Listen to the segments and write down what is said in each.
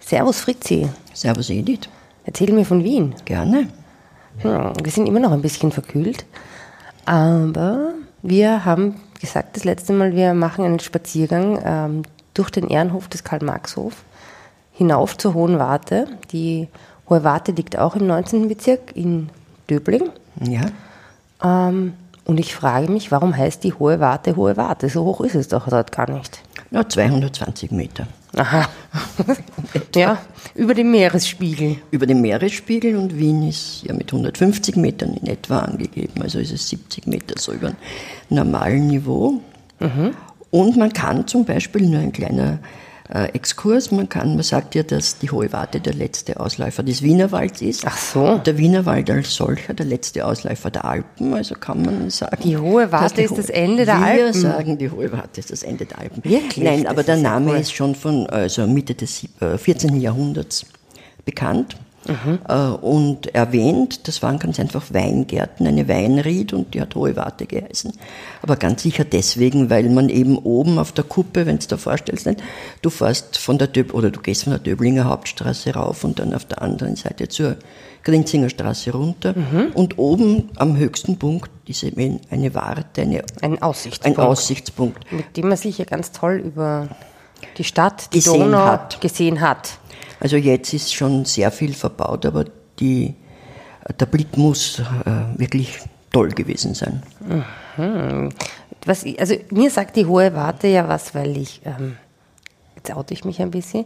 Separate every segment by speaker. Speaker 1: Servus Fritzi,
Speaker 2: Servus Edith.
Speaker 1: erzähl mir von Wien.
Speaker 2: Gerne.
Speaker 1: Hm, wir sind immer noch ein bisschen verkühlt, aber wir haben gesagt das letzte Mal, wir machen einen Spaziergang ähm, durch den Ehrenhof des Karl-Marx-Hof hinauf zur Hohen Warte. Die Hohe Warte liegt auch im 19. Bezirk in Döbling.
Speaker 2: Ja.
Speaker 1: Ähm, und ich frage mich, warum heißt die Hohe Warte Hohe Warte? So hoch ist es doch dort gar nicht.
Speaker 2: Na, 220 Meter.
Speaker 1: Aha. ja, über dem Meeresspiegel.
Speaker 2: Über dem Meeresspiegel und Wien ist ja mit 150 Metern in etwa angegeben. Also ist es 70 Meter so über einem normalen Niveau.
Speaker 1: Mhm.
Speaker 2: Und man kann zum Beispiel, nur ein kleiner äh, Exkurs, man kann, man sagt ja, dass die Hohe Warte der letzte Ausläufer des Wienerwalds ist.
Speaker 1: Ach so.
Speaker 2: Der Wienerwald als solcher, der letzte Ausläufer der Alpen, also kann man sagen.
Speaker 1: Die Hohe Warte
Speaker 2: dass die
Speaker 1: ist
Speaker 2: Hohe-
Speaker 1: das Ende der
Speaker 2: wir
Speaker 1: Alpen.
Speaker 2: sagen, die Hohe Warte ist das Ende der Alpen.
Speaker 1: Wirklich?
Speaker 2: Nein,
Speaker 1: Das
Speaker 2: aber der
Speaker 1: ist ja
Speaker 2: Name
Speaker 1: cool.
Speaker 2: ist schon von also Mitte des sieb- äh, 14. Jahrhunderts bekannt
Speaker 1: Mhm.
Speaker 2: äh, und erwähnt. Das waren ganz einfach Weingärten, eine Weinried und die hat Hohe Warte geheißen. Aber ganz sicher deswegen, weil man eben oben auf der Kuppe, wenn du dir vorstellst, nicht, du fährst von der Döb oder du gehst von der Döblinger Hauptstraße rauf und dann auf der anderen Seite zur Grinzinger Straße runter
Speaker 1: Mhm.
Speaker 2: und oben am höchsten Punkt ist eben eine Warte, eine
Speaker 1: Ein
Speaker 2: ein
Speaker 1: Aussichtspunkt.
Speaker 2: Aussichtspunkt.
Speaker 1: mit dem man sich ja ganz toll über die Stadt, die
Speaker 2: Gesehen
Speaker 1: Donau
Speaker 2: hat.
Speaker 1: gesehen hat.
Speaker 2: Also jetzt ist schon sehr viel verbaut, aber die, der Blick muss äh, wirklich toll gewesen sein.
Speaker 1: Was, ich- also mir sagt die hohe Warte ja was, weil ich, ähm, jetzt oute ich mich ein bisschen,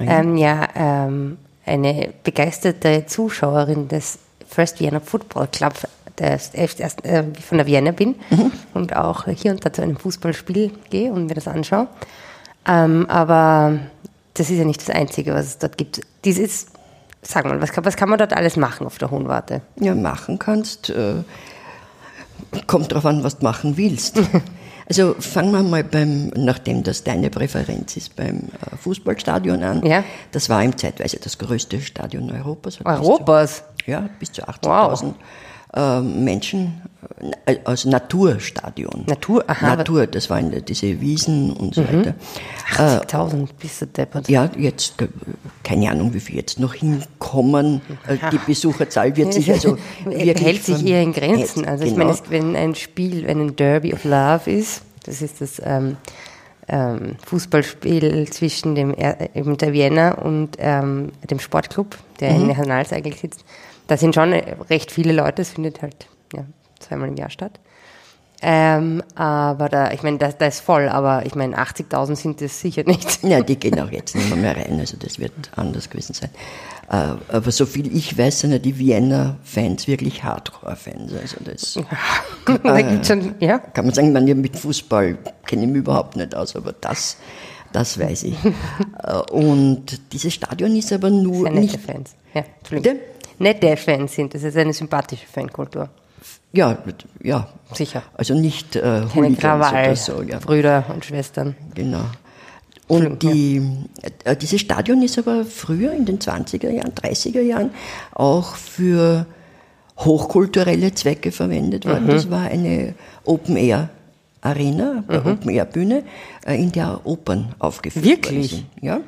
Speaker 1: ähm, ja, ähm, eine begeisterte Zuschauerin des First Vienna Football Club des, F- erst- äh, von der Vienna bin und auch hier und da zu einem Fußballspiel gehe und mir das anschaue. Ähm, aber das ist ja nicht das Einzige, was es dort gibt. Dies ist, sag mal, was kann, was kann man dort alles machen auf der Hohen Warte?
Speaker 2: Ja, machen kannst, äh, kommt drauf an, was du machen willst. Also fangen wir mal beim, nachdem das deine Präferenz ist, beim äh, Fußballstadion an.
Speaker 1: Ja.
Speaker 2: Das war im zeitweise das größte Stadion Europas. Hat bis zu-
Speaker 1: Europas?
Speaker 2: Ja, bis zu 80.000 äh, Menschen äh, als Naturstadion.
Speaker 1: Natur, aha. Mhm.
Speaker 2: Natur, das waren diese Wiesen und so weiter.
Speaker 1: 80.000, bist du deppert.
Speaker 2: Ja, jetzt, äh, keine Ahnung, wie viel jetzt noch hinkommen. Äh, Die Besucherzahl wird sich also wirklich
Speaker 1: hält sich
Speaker 2: von-
Speaker 1: eher in Grenzen.
Speaker 2: Hält-
Speaker 1: Also ich
Speaker 2: genau.
Speaker 1: meine, es, wenn ein Spiel, wenn ein Derby of Love ist, das ist das ähm, ähm, Fußballspiel zwischen dem er eben der Vienna und ähm, dem Sportclub, der
Speaker 2: Mhm.
Speaker 1: in Hanals eigentlich sitzt, da sind schon äh, recht viele Leute. Es findet halt ja, zweimal im Jahr statt. Ähm, aber da, ich meine, da, da ist voll, aber ich meine, 80.000 sind es sicher nicht.
Speaker 2: Ja, die gehen auch jetzt nicht mehr, mehr rein, also das wird anders gewesen sein. Äh, Aber so viel ich weiß, sind ja die Vienna-Fans wirklich Hardcore-Fans. Also das Ah,
Speaker 1: da gibt's schon, ja.
Speaker 2: kann man sagen, man ja mit Fußball kenne ich mich überhaupt nicht aus, aber das, das weiß ich. Äh, Und dieses Stadion ist aber nur
Speaker 1: Ja, nette
Speaker 2: nicht
Speaker 1: Fans. Ja, Entschuldigung. Nette Fans sind. Das ist eine sympathische Fankultur.
Speaker 2: Ja, ja.
Speaker 1: Sicher.
Speaker 2: Also nicht äh,
Speaker 1: Keine
Speaker 2: Hooligans
Speaker 1: Krawall,
Speaker 2: oder so. Ja,
Speaker 1: Brüder und Schwestern.
Speaker 2: genau. Und die, äh, dieses Stadion ist aber früher in den 20er Jahren, 30er Jahren auch für hochkulturelle Zwecke verwendet worden.
Speaker 1: Mhm.
Speaker 2: Das war eine Open-Air-Arena, eine Open-Air-Bühne, äh, in der Opern aufgeführt
Speaker 1: Wirklich?
Speaker 2: worden sind. Ja.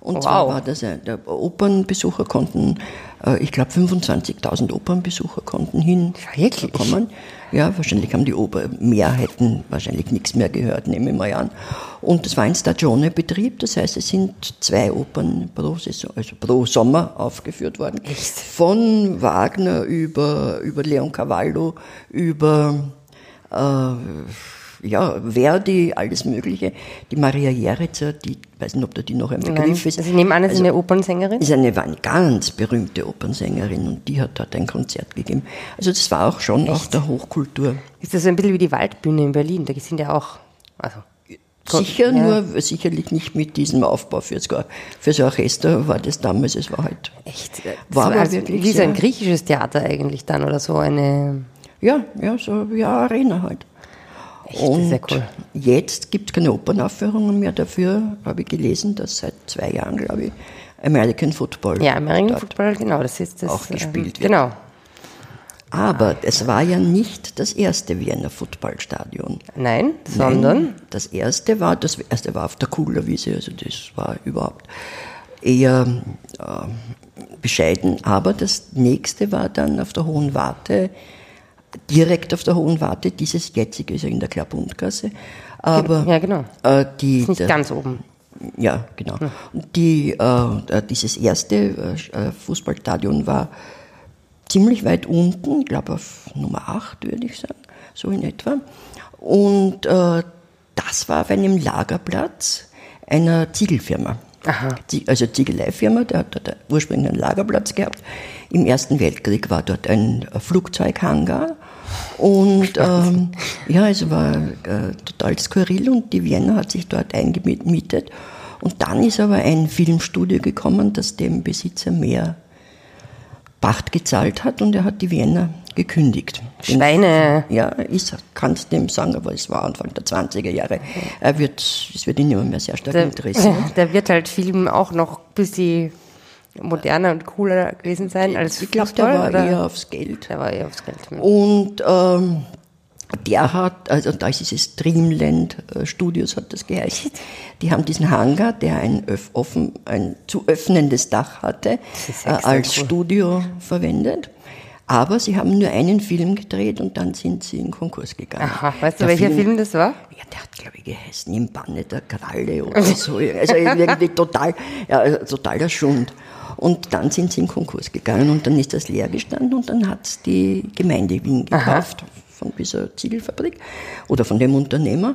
Speaker 2: Und zwar
Speaker 1: Wow.
Speaker 2: war das, ein- der Opernbesucher konnten, äh, ich glaube 25.000 Opernbesucher konnten hin
Speaker 1: Wirklich?
Speaker 2: kommen. Ja, wahrscheinlich haben die Ober Mehrheiten wahrscheinlich nichts mehr gehört, nehme ich mal an. Und das war ein Stagione-Betrieb, das heißt, es sind zwei Opern pro, Saison, also pro Sommer aufgeführt worden. Von Wagner über, über Leon Cavallo, über äh, ja, Verdi, alles Mögliche. Die Maria Jerezer, die weiß nicht, ob da die noch ein
Speaker 1: Nein,
Speaker 2: Begriff ist.
Speaker 1: also ich nehme an, es ist
Speaker 2: Also-
Speaker 1: eine Opernsängerin.
Speaker 2: ist eine wan- ganz berühmte Opernsängerin und die hat dort ein Konzert gegeben. Also das war auch schon auch der Hochkultur.
Speaker 1: Ist das so ein bisschen wie die Waldbühne in Berlin? Da sind ja auch. Also,
Speaker 2: Sicher
Speaker 1: ja.
Speaker 2: nur, äh, sicherlich nicht mit diesem Aufbau fürs, Go- fürs Orchester war das damals, es war halt,
Speaker 1: echt. äh, Das
Speaker 2: War aber
Speaker 1: also
Speaker 2: wirklich
Speaker 1: Wie so ein
Speaker 2: sehr-
Speaker 1: griechisches Theater eigentlich dann oder so eine.
Speaker 2: ja, ja, so wie eine Arena halt.
Speaker 1: Echt, das ist ja cool.
Speaker 2: jetzt gibt es keine Opernaufführungen mehr dafür, habe ich gelesen, dass seit zwei Jahren, glaube ich, American Football.
Speaker 1: Ja, American
Speaker 2: dort-
Speaker 1: Football, genau, das ist das.
Speaker 2: auch gespielt wird.
Speaker 1: Genau.
Speaker 2: Aber es war ja nicht das erste Wiener Footballstadion.
Speaker 1: Nein, sondern.
Speaker 2: Hm. Nein, Das erste war, das erste war auf der Kuglerwiese, also das war überhaupt eher äh, bescheiden. Aber das nächste war dann auf der Hohen Warte, direkt auf der Hohen Warte, dieses jetzige ist ja in der Klabundgasse. Aber
Speaker 1: Ja, genau.
Speaker 2: äh, die,
Speaker 1: Ist nicht
Speaker 2: der-
Speaker 1: ganz oben.
Speaker 2: ja, genau. Und Die, äh, äh, dieses erste äh, Sch- äh, Fußballstadion war ziemlich weit unten, ich glaube auf Nummer 8, würde ich sagen, so in etwa. Und äh, das war auf einem Lagerplatz einer Ziegelfirma.
Speaker 1: Aha.
Speaker 2: Zie- Also Ziegeleifirma, der hat dort ursprünglich einen Lagerplatz gehabt. Im Ersten Weltkrieg war dort ein äh, Flugzeughangar. Und ähm, ja, es war äh, total skurril und die Wiener hat sich dort eingemietet. Und dann ist aber ein Filmstudio gekommen, das dem Besitzer mehr Pacht gezahlt hat und er hat die Wiener gekündigt. Den-
Speaker 1: Schweine.
Speaker 2: ja, ich kann es dem sagen, aber es war Anfang der 20er Jahre. Er wird, es wird ihn immer mehr sehr stark
Speaker 1: Da,
Speaker 2: interessieren.
Speaker 1: da wird halt Film auch noch ein bisschen moderner und cooler gewesen sein als
Speaker 2: Ich glaube, der
Speaker 1: Fußball,
Speaker 2: war
Speaker 1: oder?
Speaker 2: eher aufs Geld.
Speaker 1: Der war eher aufs Geld.
Speaker 2: Und ähm, der hat, also da ist dieses Dreamland äh, Studios, hat das geheißen. Die haben diesen Hangar, der ein, öff offen, ein zu öffnendes Dach hatte,
Speaker 1: ist
Speaker 2: äh,
Speaker 1: extra
Speaker 2: als
Speaker 1: cool.
Speaker 2: Studio verwendet. Aber sie haben nur einen Film gedreht und dann sind sie in Konkurs gegangen.
Speaker 1: Aha, weißt du,
Speaker 2: Der
Speaker 1: welcher Film das war?
Speaker 2: Ja, der hat, glaube ich, geheißen im Banne der Kralle oder so. Also irgendwie total, ja, totaler Schund. Und dann sind sie in Konkurs gegangen und dann ist das leer gestanden und dann hat die Gemeinde Wien gekauft von dieser Ziegelfabrik oder von dem Unternehmer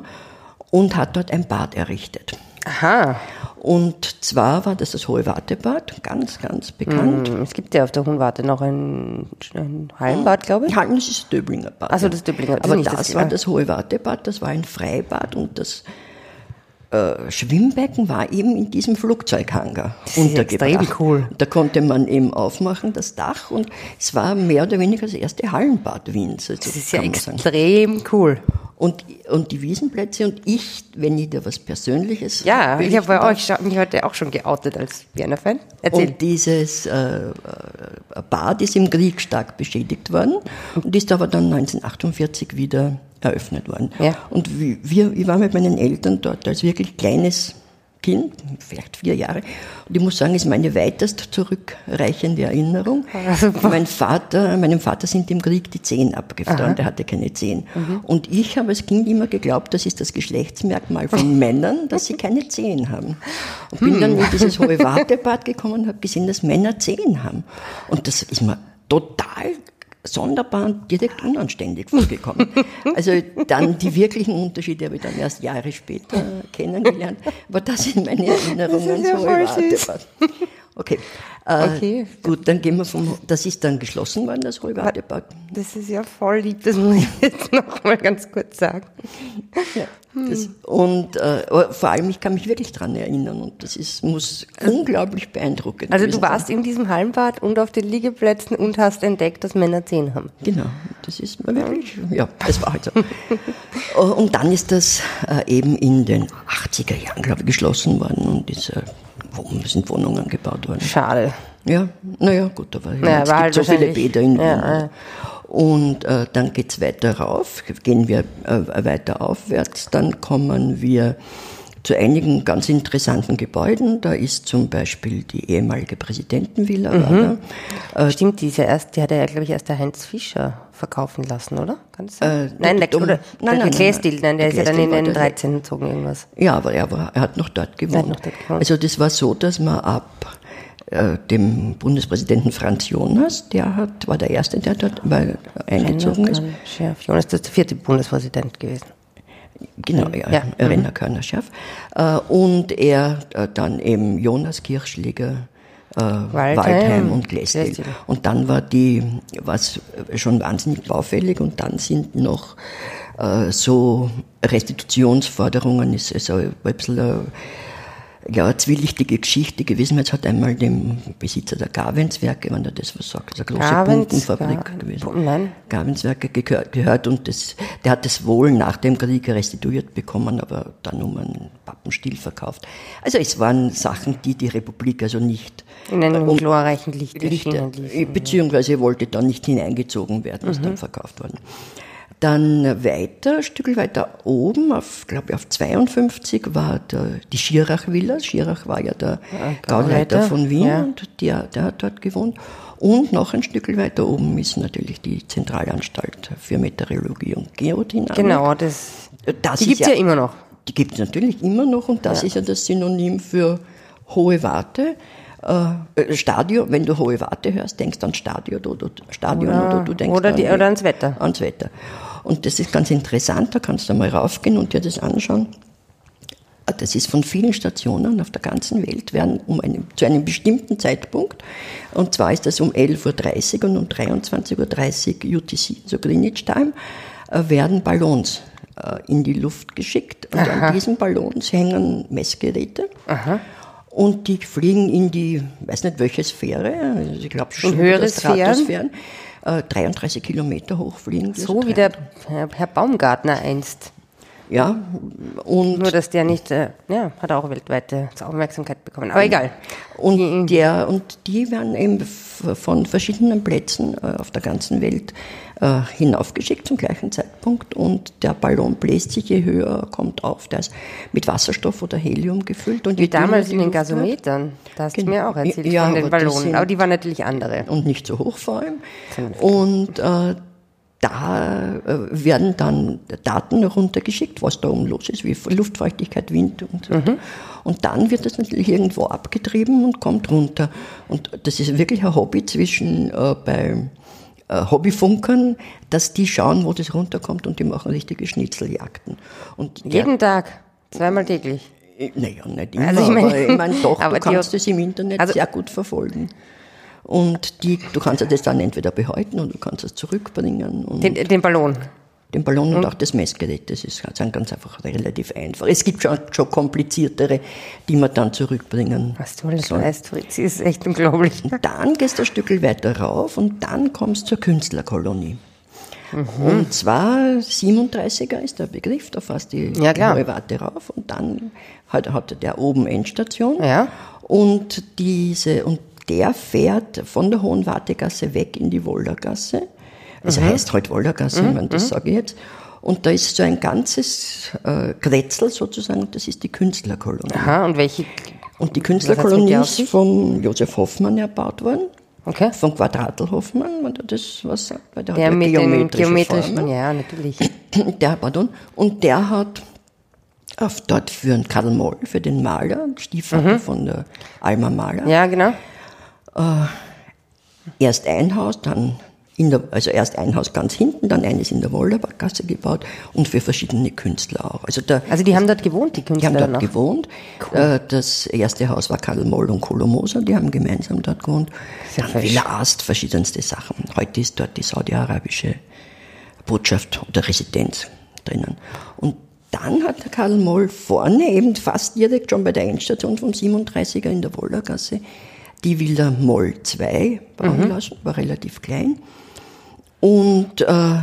Speaker 2: und hat dort ein Bad errichtet.
Speaker 1: Aha.
Speaker 2: Und zwar war das das Hohe Wartebad, ganz, ganz bekannt.
Speaker 1: Mm, Es gibt ja auf der Hohenwarte noch ein, ein Hallenbad, glaube ich.
Speaker 2: Nein, das ist das Döblinger Bad.
Speaker 1: Ach so,
Speaker 2: ja.
Speaker 1: das Döblinger, das ist
Speaker 2: Aber
Speaker 1: nicht
Speaker 2: das,
Speaker 1: das-
Speaker 2: war
Speaker 1: ah.
Speaker 2: das Hohe Wartebad, das war ein Freibad und das äh, Schwimmbecken war eben in diesem Flugzeughangar
Speaker 1: Das ist
Speaker 2: untergebracht.
Speaker 1: extrem cool.
Speaker 2: Da konnte man eben aufmachen, das Dach, und es war mehr oder weniger das erste Hallenbad Wiens. Also
Speaker 1: Das ist ja
Speaker 2: kann man sagen.
Speaker 1: extrem cool.
Speaker 2: Und, und die Wiesenplätze und ich, wenn ich da was Persönliches.
Speaker 1: Ja, ich habe
Speaker 2: berichten
Speaker 1: bei
Speaker 2: darf,
Speaker 1: euch scha- mich heute auch schon geoutet als Vienna-Fan. Erzähl.
Speaker 2: Und dieses äh, äh, Bad ist im Krieg stark beschädigt worden und ist aber dann 1948 wieder eröffnet worden.
Speaker 1: Ja.
Speaker 2: Und wie- wir, ich war mit meinen Eltern dort als wirklich kleines Kind, vielleicht vier Jahre. Und ich muss sagen, ist meine weitest zurückreichende Erinnerung.
Speaker 1: Ah, super.
Speaker 2: Mein Vater, meinem Vater sind im Krieg die Zehen abgefallen, der hatte keine Zehen. Und ich habe als Kind immer geglaubt, das ist das Geschlechtsmerkmal von Männern, dass sie keine Zehen haben. Und bin dann in dieses hohe Wartebad gekommen und habe gesehen, dass Männer Zehen haben. Und das ist mir total sonderbar und direkt unanständig vorgekommen. Also dann die wirklichen Unterschiede habe ich dann erst Jahre später kennengelernt. Aber das sind meine Erinnerungen
Speaker 1: Das ist ja
Speaker 2: ans
Speaker 1: voll
Speaker 2: hohe
Speaker 1: süß.
Speaker 2: Wartebad. Okay. Äh,
Speaker 1: Okay.
Speaker 2: Gut, dann gehen wir vom. Das ist dann geschlossen worden, das Holgadepark.
Speaker 1: Das ist ja voll lieb, das muss ich jetzt nochmal ganz kurz sagen.
Speaker 2: Ja.
Speaker 1: Hm.
Speaker 2: Das, und äh, aber vor allem, ich kann mich wirklich dran erinnern und das ist, muss unglaublich beeindruckend
Speaker 1: Also
Speaker 2: gewesen
Speaker 1: du warst
Speaker 2: sein.
Speaker 1: in diesem Hallenbad und auf den Liegeplätzen und hast entdeckt, dass Männer Zehen haben.
Speaker 2: Genau, das ist mir wirklich. Ja, das war halt so. Oh, und dann ist das äh, eben in den 80er Jahren, glaube ich, geschlossen worden und ist, äh, wo, sind Wohnungen gebaut worden.
Speaker 1: Schade.
Speaker 2: Ja, naja, gut, aber ich meine, es
Speaker 1: war
Speaker 2: gibt
Speaker 1: halt
Speaker 2: so viele
Speaker 1: wahrscheinlich-
Speaker 2: Bäder in Wien.
Speaker 1: ja,
Speaker 2: oder? Und äh, dann geht's weiter rauf, gehen wir äh, weiter aufwärts, dann kommen wir zu einigen ganz interessanten Gebäuden. Da ist zum Beispiel die ehemalige Präsidentenvilla. Mhm.
Speaker 1: Äh, Stimmt, die, ist ja erst, die hat ja, glaube ich, erst der Heinz Fischer verkaufen lassen, oder? Kann das sein?
Speaker 2: Äh,
Speaker 1: nein, der,
Speaker 2: der- der-
Speaker 1: oder,
Speaker 2: nein,
Speaker 1: nein, der
Speaker 2: nein, nein,
Speaker 1: Klästil, nein, der
Speaker 2: der
Speaker 1: ist ja dann
Speaker 2: Klästil
Speaker 1: in
Speaker 2: war
Speaker 1: den
Speaker 2: der-
Speaker 1: 13 gezogen irgendwas.
Speaker 2: Ja, aber er, war, er hat noch dort gewohnt.
Speaker 1: noch dort gewohnt.
Speaker 2: Also das war so, dass man ab äh, dem Bundespräsidenten Franz Jonas, der hat, war der Erste, der dort weil, eingezogen ist.
Speaker 1: Chef Jonas, das ist der vierte Bundespräsident gewesen.
Speaker 2: Genau, ja,
Speaker 1: Ähm, Ja, Mhm.
Speaker 2: ja. Renner Körner Schaff. Äh, und er äh, dann eben Jonas Kirschliger, äh, Waldheim, und Glästil.
Speaker 1: Glästil.
Speaker 2: Und dann war die, was schon wahnsinnig baufällig und dann sind noch äh, so Restitutionsforderungen, ist also ein bisschen äh, ja, eine zwielichtige Geschichte gewesen. Jetzt hat einmal dem Besitzer der Gavenswerke, wenn er das was sagt, das ist eine große
Speaker 1: Gavens-
Speaker 2: Bundenfabrik
Speaker 1: Ga-
Speaker 2: gewesen.
Speaker 1: Bu- nein.
Speaker 2: Gabenswerke gehört, gehört und das, der hat das wohl nach dem Krieg restituiert bekommen, aber dann um einen Pappenstiel verkauft. Also es waren Sachen, die die Republik also nicht
Speaker 1: In einem
Speaker 2: um-
Speaker 1: glorreichen Licht
Speaker 2: nicht, äh,
Speaker 1: erschienen ließen. Mhm.
Speaker 2: beziehungsweise wollte da nicht hineingezogen werden, ist dann verkauft worden. Dann weiter, ein Stück weiter oben, auf, glaube ich, auf 52 war der, die Schirach-Villa. Schirach war ja der
Speaker 1: Ah,
Speaker 2: Gauleiter
Speaker 1: Gauleiter,
Speaker 2: von Wien
Speaker 1: ja.
Speaker 2: und der, der hat dort gewohnt. Und noch ein Stück weiter oben ist natürlich die Zentralanstalt für Meteorologie und Geodynamik.
Speaker 1: Genau, das,
Speaker 2: Das
Speaker 1: die
Speaker 2: ist
Speaker 1: gibt es ja, immer noch.
Speaker 2: die gibt es natürlich immer noch und das ist ja das Synonym für hohe Warte. Äh, äh, Stadio, wenn du hohe Warte hörst, denkst an Stadio oder Stadion
Speaker 1: Oder-
Speaker 2: oder du denkst
Speaker 1: oder
Speaker 2: an
Speaker 1: die- oder ans Wetter.
Speaker 2: Ans Wetter. Und das ist ganz interessant, da kannst du mal raufgehen und dir das anschauen. Ah, Das ist von vielen Stationen auf der ganzen Welt, werden um einen, zu einem bestimmten Zeitpunkt, und zwar ist das um 11.30 Uhr und um 23.30 Uhr UTC, so Greenwich Time, äh, werden Ballons äh, in die Luft geschickt. Und an diesen Ballons hängen Messgeräte. Und die fliegen in die, weiß nicht welche Sphäre, also ich glaube schon
Speaker 1: In höhere
Speaker 2: wieder
Speaker 1: Sphären?
Speaker 2: Stratosphären, äh, 33 Kilometer hoch fliegen. die,
Speaker 1: So
Speaker 2: also
Speaker 1: wie der Herr Herr Baumgartner einst.
Speaker 2: Ja, und
Speaker 1: Nur, dass der nicht, äh, ja, hat auch weltweite Aufmerksamkeit bekommen. Aber egal. Mhm.
Speaker 2: Und, der, und die werden eben f- von verschiedenen Plätzen äh, auf der ganzen Welt äh, hinaufgeschickt zum gleichen Zeitpunkt und der Ballon bläst sich, je höher er kommt auf, der ist mit Wasserstoff oder Helium gefüllt. Und je dünner
Speaker 1: Damals
Speaker 2: die
Speaker 1: in den
Speaker 2: Luft wird-
Speaker 1: Gasometern, da hast
Speaker 2: Genau.
Speaker 1: du mir auch erzählt,
Speaker 2: Ja,
Speaker 1: von
Speaker 2: aber
Speaker 1: den
Speaker 2: die
Speaker 1: Ballonen.
Speaker 2: sind-
Speaker 1: Aber die waren natürlich andere.
Speaker 2: und nicht so hoch vor allem. Und äh, da äh, werden dann Daten runtergeschickt, was da oben los ist, wie Luftfeuchtigkeit, Wind und so. weiter. Und dann wird das natürlich irgendwo abgetrieben und kommt runter. Und das ist wirklich ein Hobby zwischen äh, bei äh, Hobbyfunkern, dass die schauen, wo das runterkommt und die machen richtige Schnitzeljagden. Und der-
Speaker 1: Jeden Tag, zweimal täglich.
Speaker 2: naja, nicht immer,
Speaker 1: Also ich meine-
Speaker 2: aber ich meine doch,
Speaker 1: aber
Speaker 2: du
Speaker 1: die-
Speaker 2: kannst das im Internet
Speaker 1: also-
Speaker 2: sehr gut verfolgen. Und die, du kannst ja das dann entweder behalten oder du kannst es zurückbringen. Und
Speaker 1: Den,
Speaker 2: den,
Speaker 1: den Ballon.
Speaker 2: Ballon und auch das Messgerät, das ist ganz, ganz einfach relativ einfach. Es gibt schon, schon kompliziertere, die man dann zurückbringen
Speaker 1: Was du alles weißt, Fritz, ist echt unglaublich.
Speaker 2: und dann gehst du ein Stück weiter rauf und dann kommst zur Künstlerkolonie.
Speaker 1: Mhm.
Speaker 2: Und zwar 37er ist der Begriff, da fährst du die
Speaker 1: Ja, klar.
Speaker 2: hohe Warte rauf und dann halt hat, hat der oben Endstation.
Speaker 1: Ja.
Speaker 2: Und, diese, und der fährt von der Hohen Wartegasse weg in die Woldergasse. Es
Speaker 1: Mhm.
Speaker 2: heißt halt Woldergasse, ich meine, das sage ich jetzt. Und da ist so ein ganzes äh, Kretzel sozusagen, und das ist die Künstlerkolonie.
Speaker 1: Aha, und welche?
Speaker 2: Und die
Speaker 1: Was hat's mit
Speaker 2: Künstlerkolonie
Speaker 1: dir auf
Speaker 2: ist
Speaker 1: sich?
Speaker 2: von Josef Hoffmann erbaut worden.
Speaker 1: Okay.
Speaker 2: Von Quadratl Hoffmann, wenn du das was sagt, weil der,
Speaker 1: Der
Speaker 2: hat ja
Speaker 1: mit den
Speaker 2: geometrische
Speaker 1: geometrischen,
Speaker 2: Formen.
Speaker 1: ja, natürlich.
Speaker 2: Der, pardon, und der hat auf, dort für den Karl Moll, für den Maler, Stiefvater von der Alma Maler,
Speaker 1: Mhm. Ja, genau.
Speaker 2: erst ein Haus, dann in der, also erst ein Haus ganz hinten, dann eines in der Wolderberggasse gebaut und für verschiedene Künstler auch. Also der,
Speaker 1: Also die haben dort gewohnt, die
Speaker 2: Die
Speaker 1: Künstler
Speaker 2: haben dort
Speaker 1: noch.
Speaker 2: gewohnt. Äh, Das erste Haus war Karl Moll und Kolo Moser, die haben gemeinsam dort gewohnt.
Speaker 1: ja
Speaker 2: Dann
Speaker 1: fesch.
Speaker 2: Villa Ast, verschiedenste Sachen. Heute ist dort die saudi-arabische Botschaft oder Residenz drinnen. Und dann hat der Karl Moll vorne eben fast direkt schon bei der Endstation vom 37er in der Wollergasse die Villa Moll 2 bauen lassen, war relativ klein. Und äh,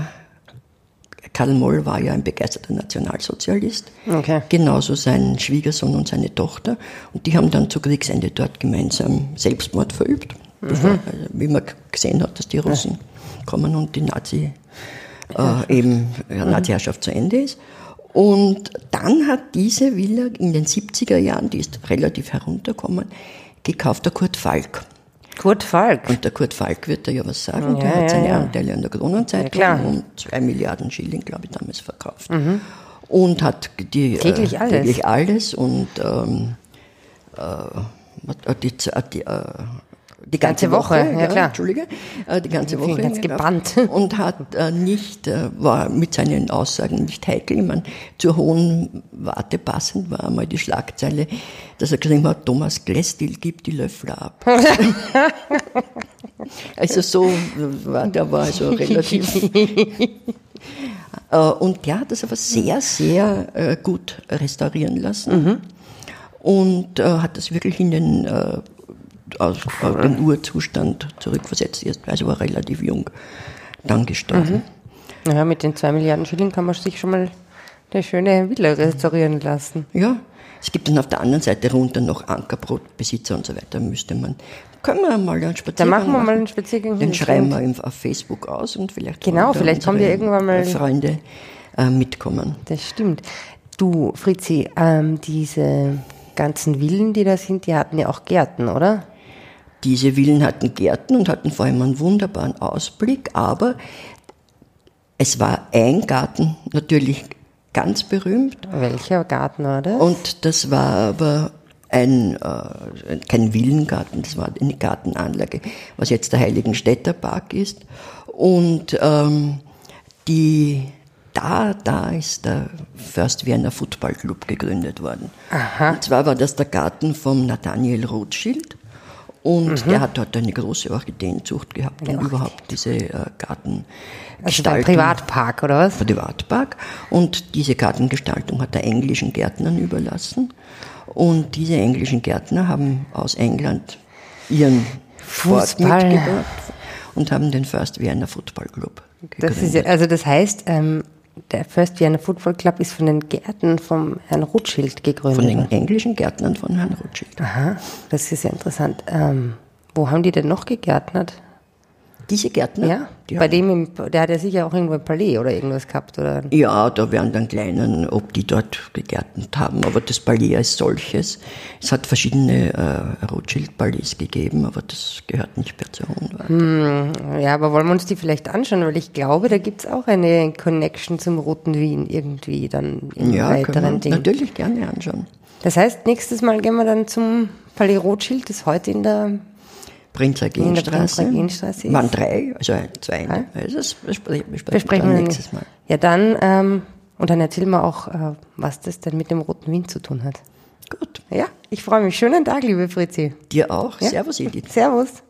Speaker 2: Karl Moll war ja ein begeisterter Nationalsozialist.
Speaker 1: Okay.
Speaker 2: Genauso sein Schwiegersohn und seine Tochter. Und die haben dann zu Kriegsende dort gemeinsam Selbstmord verübt. Bevor, also, wie man g- gesehen hat, dass die Russen kommen und die Nazi, äh, eben, ja, Nazi-Herrschaft zu Ende ist. Und dann hat diese Villa in den 70er Jahren, die ist relativ heruntergekommen, gekauft der Kurt Falk.
Speaker 1: Kurt Falk.
Speaker 2: Und der Kurt Falk wird da ja was sagen, der
Speaker 1: Ja,
Speaker 2: hat
Speaker 1: ja,
Speaker 2: seine
Speaker 1: ja.
Speaker 2: Anteile an der Kronenzeitung
Speaker 1: Ja, klar. Mhm.
Speaker 2: um zwei Milliarden Schilling, glaube ich, damals verkauft. Und hat die, äh,
Speaker 1: Täglich alles.
Speaker 2: täglich alles und ähm, äh, die, die, äh, die ganze,
Speaker 1: Ganze Woche, ja, klar.
Speaker 2: Entschuldige, äh, die ganze Woche.
Speaker 1: ganz
Speaker 2: hinauf.
Speaker 1: gebannt.
Speaker 2: Und hat äh, nicht, äh, war mit seinen Aussagen nicht heikel. Ich meine, zur hohen Warte passend war einmal die Schlagzeile, dass er geschrieben hat, Thomas Glestil gibt die Löffler ab. Also so war der war also relativ. Äh, und der hat das aber sehr, sehr äh, gut restaurieren lassen und äh, hat das wirklich in den, äh, aus, aus den Urzustand zurückversetzt. Erst, also war relativ jung dann gestorben.
Speaker 1: Naja, mit den zwei Milliarden Schilling kann man sich schon mal eine schöne Villa restaurieren lassen.
Speaker 2: Ja. Es gibt dann auf der anderen Seite runter noch Ankerbrotbesitzer und so weiter, müsste man. Können wir mal einen Spaziergang
Speaker 1: machen wir mal einen Spaziergang hin,
Speaker 2: Dann schreiben
Speaker 1: stimmt.
Speaker 2: wir im- auf Facebook aus und vielleicht
Speaker 1: Genau,
Speaker 2: wollen da
Speaker 1: vielleicht kommen wir
Speaker 2: unsere
Speaker 1: irgendwann mal-
Speaker 2: Freunde äh, mitkommen.
Speaker 1: Das stimmt. Du, Fritzi, ähm, diese ganzen Villen, die da sind, die hatten ja auch Gärten, oder?
Speaker 2: Diese Villen hatten Gärten und hatten vor allem einen wunderbaren Ausblick, aber es war ein Garten natürlich ganz berühmt,
Speaker 1: Welcher Garten war das?
Speaker 2: Und das war aber ein, äh, kein Villengarten, das war eine Gartenanlage, was jetzt der Heiligenstädter Park ist. Und ähm, die, da, da ist der First Vienna Football Club gegründet worden. Und zwar war das der Garten von Nathaniel Rothschild. Und der hat dort eine große Orchideenzucht gehabt und überhaupt diese äh,
Speaker 1: also ein
Speaker 2: Gartengestaltung.
Speaker 1: Privatpark, oder was?
Speaker 2: Privatpark und diese Gartengestaltung hat er englischen Gärtnern überlassen und diese englischen Gärtner haben aus England ihren Sport
Speaker 1: Fußball.
Speaker 2: mitgebracht und haben den First Vienna Football Club
Speaker 1: Das ist,
Speaker 2: gegründet.
Speaker 1: ja- also das heißt, ähm, der First Vienna Football Club ist von den Gärten vom Herrn Rothschild gegründet.
Speaker 2: Von den englischen Gärtnern von Herrn Rothschild.
Speaker 1: Aha, das ist ja interessant. Ähm, wo haben die denn noch gegärtnert?
Speaker 2: Diese Gärtner,
Speaker 1: Ja,
Speaker 2: die
Speaker 1: bei
Speaker 2: haben,
Speaker 1: dem, im, der hat ja sicher auch irgendwo ein Palais oder irgendwas gehabt, oder?
Speaker 2: ja, da werden dann kleinen, ob die dort gegärtnet haben, aber das Palais als solches, es hat verschiedene äh, Rothschild-Palais gegeben, aber das gehört nicht mehr zur Hohenwald.
Speaker 1: Ja, aber wollen wir uns die vielleicht anschauen, weil ich glaube, da gibt's auch eine Connection zum Roten Wien irgendwie dann im
Speaker 2: Ja, können wir
Speaker 1: Hm, weiteren Ding.
Speaker 2: natürlich gerne anschauen.
Speaker 1: Das heißt, nächstes Mal gehen wir dann zum Palais Rothschild, das heute in der
Speaker 2: Prinzer Genstraße.
Speaker 1: Prinzeragenstraße ist-
Speaker 2: Waren drei, also ein, zwei. ne? Also das besprechen, besprechen,
Speaker 1: besprechen
Speaker 2: wir
Speaker 1: wir
Speaker 2: dann nächstes Mal.
Speaker 1: Ja, dann, ähm, und dann erzählen wir auch, äh, was das denn mit dem Roten Wien zu tun hat.
Speaker 2: Gut,
Speaker 1: Ja, ich freue mich. Schönen Tag, liebe Fritzi.
Speaker 2: dir auch.
Speaker 1: Ja?
Speaker 2: Servus, Edith.
Speaker 1: Servus.